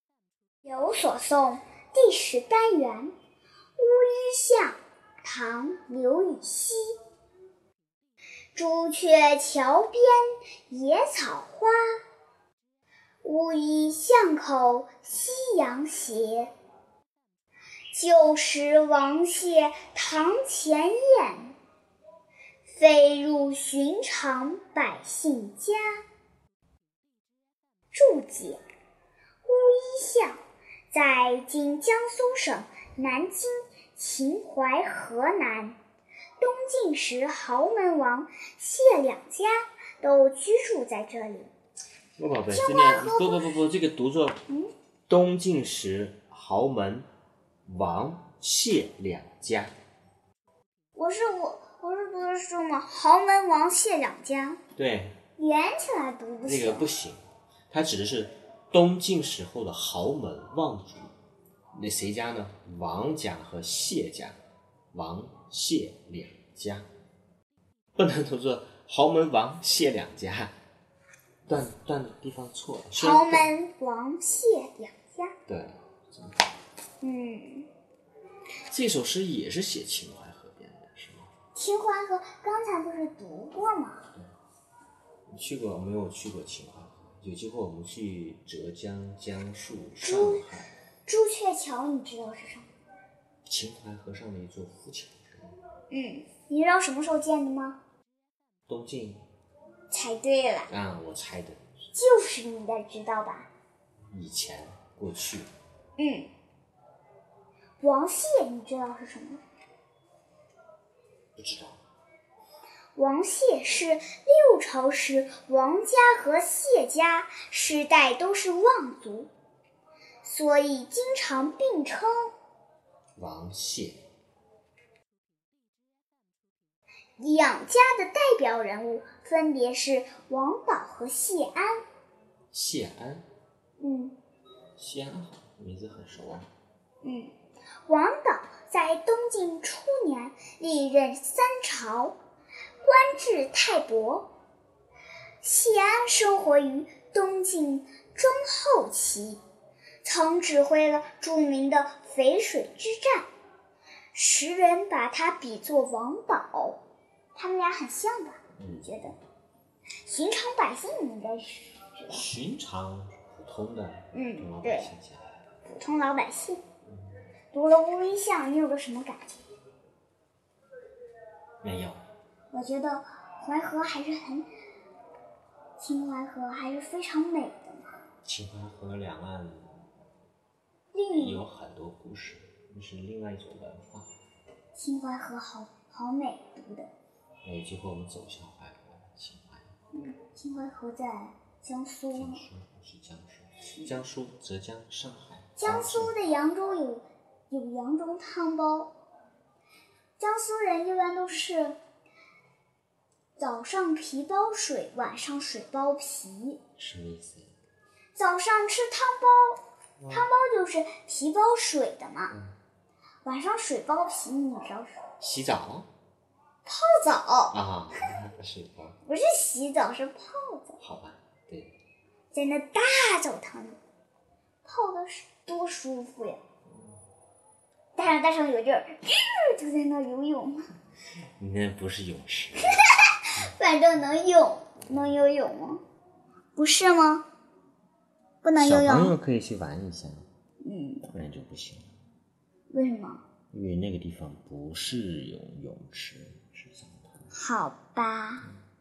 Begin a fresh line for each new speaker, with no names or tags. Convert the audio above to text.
《有所诵》第十单元《乌衣巷》唐·刘禹锡。朱雀桥边野草花，乌衣巷口夕阳斜。旧时王谢堂前燕，飞入寻常百姓家。注解：乌衣巷。在今江苏省南京、秦淮河南，东晋时豪门王谢两家都居住在这里。
莫宝贝，这念不不不不，这个读作
嗯
东晋时豪门王谢两家。
我是我，我是不是说嘛，豪门王谢两家
对，
连起来读不
那
行。
个不行，它指的是东晋时候的豪门望族。那谁家呢？王家和谢家，王谢两家，不能读作豪门王谢两家。断断的地方错了，虽然
豪门王谢两家，
对。
嗯，
这首诗也是写秦淮河边的，是吗？
秦淮河刚才不是读过吗？
你去过没有？去过秦淮河？有机会我们去浙江、江苏、上
猪
海。
朱雀桥你知道是什么？
秦淮河上的一座浮桥，是吗？
嗯，你知道什么时候建的吗？
东晋
猜对了，
啊，我猜的，
就是你的，知道吧？
以前过去
嗯，王谢你知道是什么？
不知道。
王谢是六朝时王家和谢家世代都是望族，所以经常并称。
王谢
两家的代表人物分别是王导和谢安。
谢安，
嗯
谢安好，名字很熟啊。
嗯，王导在东晋初年历任三朝，官至太伯。谢安生活于东晋中后期，曾指挥了著名的淝水之战，时人把他比作王导，他们俩很像吧？你
嗯，
觉得？寻常百姓你应该是知道，
寻常普通的
嗯
中老百
对
姓家，
普通老百姓。读了乌衣巷，你有个什么感觉？
没有。
我觉得淮河还是很，秦淮河还是非常美的嘛。
秦淮河两岸
另一
有很多故事，那是另外一种文化。
秦淮河好好美，读的。
那有机会我们走向淮河，秦淮河
秦淮河在江苏
江，苏不是江苏，江苏、浙江、上海。
江苏的扬州有有扬州汤包。江苏人一般都是早上皮包水，晚上水包皮。
啊什么意思？
早上吃汤包，
嗯
汤包就是皮包水的嘛。
嗯
晚上水包皮，你知道是
洗澡
泡澡。
啊？ 是吧？
不是洗澡，是泡澡，
好吧，对，
在那大澡堂里泡的是多舒服呀！大上大上有劲儿，啾就在那游泳，
你那不是泳池，
反正能泳，能游泳吗？不是吗？不能游
小朋
泳？
友可以去玩一下，
嗯，
大人就不行，
为什么？
因为那个地方不是泳泳池，是澡堂。
好吧，